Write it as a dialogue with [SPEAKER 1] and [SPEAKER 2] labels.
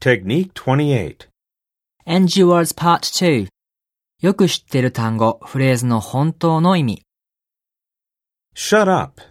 [SPEAKER 1] Technique 28.
[SPEAKER 2] NG Words Part 2よく知っている単語、フレーズの本当の意味。
[SPEAKER 1] Shut up.